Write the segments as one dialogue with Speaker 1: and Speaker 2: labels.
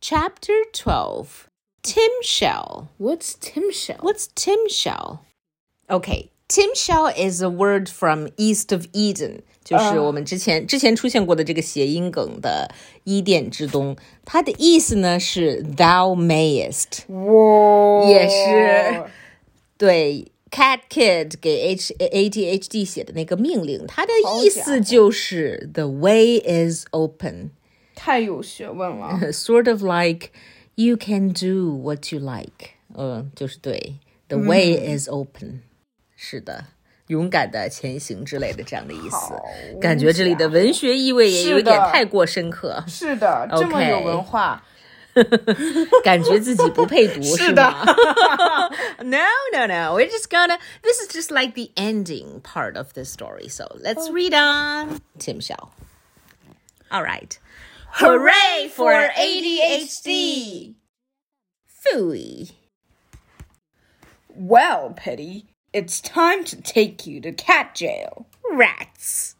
Speaker 1: Chapter 12 Tim Shell.
Speaker 2: What's Tim Shell?
Speaker 1: What's Tim Shell? Okay. Tim Shell is a word from East of Eden，就是我们之前、之前出现过的这个谐音梗的伊甸之东。它的意思呢是 “thou mayest”，
Speaker 2: 哇，
Speaker 1: 也是对 Cat Kid 给 H A D H D 写的那个命令，它的意思就是 “the way is open”。
Speaker 2: 太有学问 了。
Speaker 1: sort of like you can do what you like. 嗯，就是对，the
Speaker 2: 嗯
Speaker 1: way is open，、是的，勇敢的前行之类的这样的意思。感觉这里的文学意味也有
Speaker 2: 是的
Speaker 1: 点太过深刻，
Speaker 2: 是的，这么
Speaker 1: OK
Speaker 2: 有文化。
Speaker 1: 感觉自己不配读，
Speaker 2: 是
Speaker 1: 是
Speaker 2: 的
Speaker 1: 吗 ？No, no, no. We're just gonna. This is just like the ending part of this story. So let's read on. Tim Shaw. All right. Hooray for ADHD! Phooey.
Speaker 2: Well, Petty, it's time to take you to cat jail.
Speaker 1: Rats.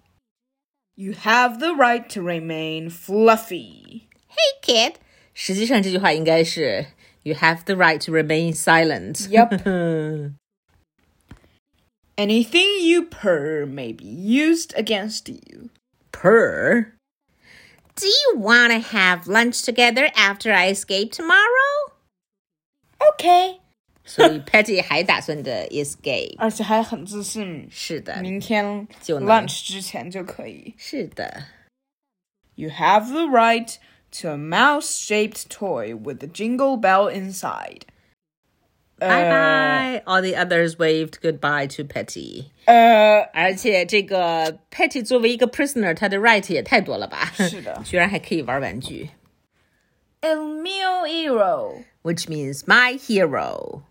Speaker 2: You have the right to remain fluffy.
Speaker 1: Hey, kid. 实际上这句话应该是 You have the right to remain silent.
Speaker 2: Yep. Anything you purr may be used against you.
Speaker 1: Purr. Do you want to have lunch together after I escape tomorrow?
Speaker 2: Okay.
Speaker 1: 所以 Patty 还打算着 escape。
Speaker 2: 而且还很自信，
Speaker 1: 是的，
Speaker 2: 明天
Speaker 1: 就能
Speaker 2: lunch 之前就可以。
Speaker 1: 是的。
Speaker 2: You have the right to a mouse-shaped toy with a jingle bell inside. 呃
Speaker 1: Bye bye. All the others waved goodbye to Patty.
Speaker 2: 呃，
Speaker 1: 而且这个 Patty 作为一个 prisoner，他的 right 也太多了吧？
Speaker 2: 是的
Speaker 1: 居然还可以玩玩具。
Speaker 2: El mio hero,
Speaker 1: Which means my hero.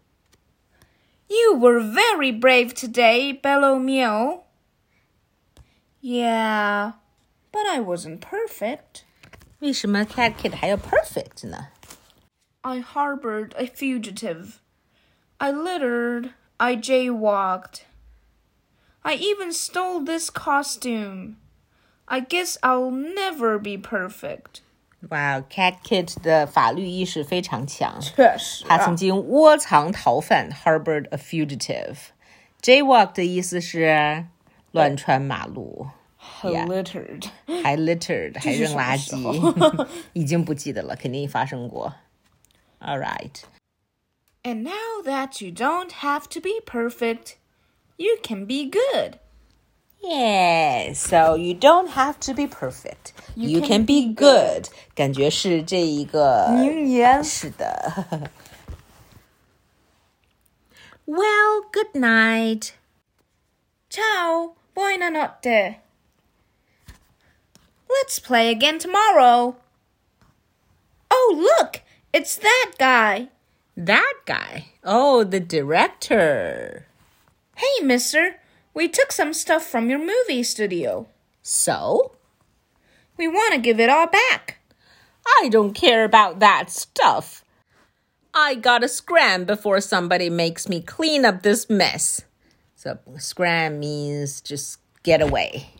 Speaker 2: you were very brave today, Bello mio. Yeah, but I wasn't perfect.
Speaker 1: 为什么 Cat Kid 还要 perfect 呢？
Speaker 2: I harbored a fugitive. I littered. I jaywalked. I even stole this costume. I guess I'll never be perfect.
Speaker 1: 哇、c a t Kid 的法律意识非常强。
Speaker 2: 确实
Speaker 1: 他曾经窝藏逃犯 （harbored a fugitive）。Jaywalk 的意思是乱穿马路，Yeah.
Speaker 2: littered.
Speaker 1: 还 littered，还
Speaker 2: 是
Speaker 1: 扔
Speaker 2: 什么
Speaker 1: 垃
Speaker 2: 时
Speaker 1: 圾，已经不记得了，肯定发生过。All right，
Speaker 2: And now that you don't have to be perfect, you can be good.
Speaker 1: Yeah, so you don't have to be perfect. You, can, be good. 感觉是这一个
Speaker 2: 名言
Speaker 1: 是 的。well, good night.
Speaker 2: Ciao, buona notte. Let's play again tomorrow. Oh, look, it's that guy.
Speaker 1: That guy. Oh, the director.
Speaker 2: Hey, mister, we took some stuff from your movie studio.
Speaker 1: So,
Speaker 2: We want to give it all back.
Speaker 1: I don't care about that stuff. I gotta scram before somebody makes me clean up this mess. So, scram means just get away.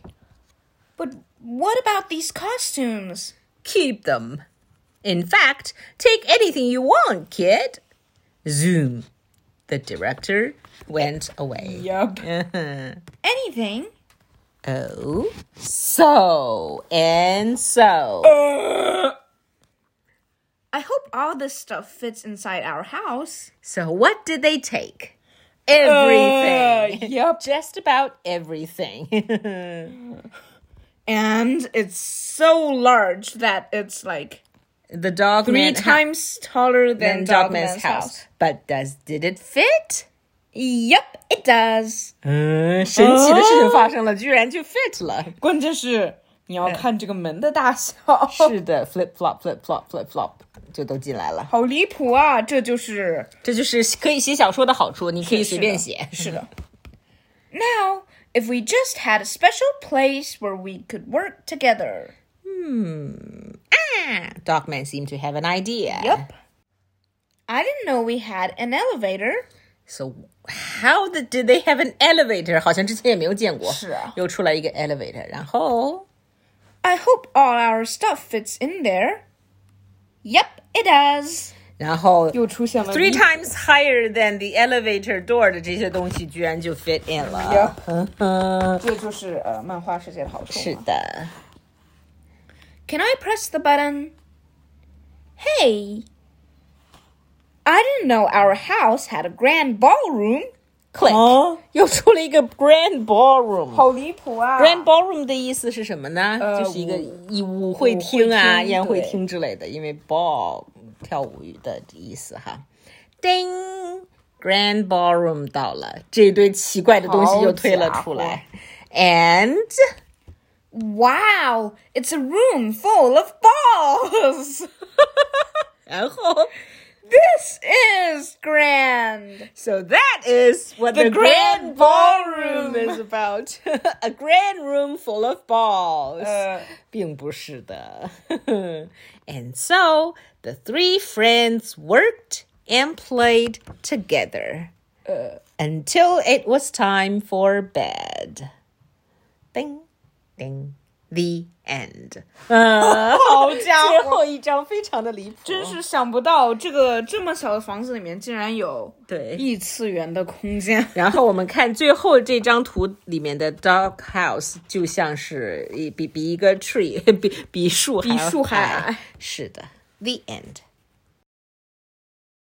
Speaker 2: But what about these costumes?
Speaker 1: keep them. In fact, take anything you want, kid. Zoom. The director went away.
Speaker 2: Yup. Anything?
Speaker 1: Oh, so and so.
Speaker 2: I hope all this stuff fits inside our house.
Speaker 1: So, what did they take? Everything.
Speaker 2: Uh, yep.
Speaker 1: Just about everything.
Speaker 2: And it's so large that it's like
Speaker 1: the dog
Speaker 2: three
Speaker 1: man
Speaker 2: times taller than
Speaker 1: and
Speaker 2: Dogman's
Speaker 1: Dogman's house.
Speaker 2: house.
Speaker 1: But does did it fit?
Speaker 2: Yep, it does.
Speaker 1: 嗯，神奇的事情发生了，居然就 fit 了。
Speaker 2: 关键是你要看这个门的大小，
Speaker 1: 是的，flip flop flip flop flip flop 就都进来了。
Speaker 2: 好离谱啊！这就是
Speaker 1: 这就是可以写小说的好处，你可以随便写。
Speaker 2: 是的。Now, if we just had a special place where we could work together. 嗯
Speaker 1: Ah, Dogman seemed to have an idea.
Speaker 2: Yep. I didn't know we had an elevator.
Speaker 1: So how the, did they have an elevator？好像之前也没有见过。
Speaker 2: 是啊
Speaker 1: 又出来一个 elevator，然后
Speaker 2: I hope all our stuff fits in there. Yep, it does.
Speaker 1: 然后
Speaker 2: 又出现了
Speaker 1: three times higher than the elevator door 的这些东西，居然就 fit in 了。嗯哼，
Speaker 2: 这就是呃漫画世界的好处。
Speaker 1: 是的。
Speaker 2: Can I press the button? Hey, I didn't know our house had a grand ballroom.
Speaker 1: Click，、
Speaker 2: 哦
Speaker 1: 又出了一个 grand ballroom。
Speaker 2: 好离谱啊
Speaker 1: Grand ballroom 的意思是什么呢？
Speaker 2: 呃
Speaker 1: 就是一个
Speaker 2: 舞
Speaker 1: 以舞会厅啊、
Speaker 2: 舞会厅
Speaker 1: 宴会厅之类的，因为 ball 跳舞的意思哈。叮，Grand ballroom 到了，这堆奇怪的东西就推了出来。And
Speaker 2: wow, it's a room full of balls.
Speaker 1: 然后
Speaker 2: this is grand.
Speaker 1: ，So that is what the,
Speaker 2: The
Speaker 1: grand
Speaker 2: grand
Speaker 1: ballroom
Speaker 2: ballroom.
Speaker 1: is about. A grand room full of balls. 并不是的。and so the three friends worked and played together Uh. until it was time for bed. Ding, ding, the end.
Speaker 2: 好家
Speaker 1: 最
Speaker 2: 伙，
Speaker 1: 后一张非常的离谱，
Speaker 2: 真是想不到这个这么小的房子里面竟然有
Speaker 1: 对
Speaker 2: 异次元的空间。
Speaker 1: 然后我们看最后这张图里面的 dog house 就像 是一比比一个 tree 比比树还要
Speaker 2: 比树还矮
Speaker 1: 是的，the end。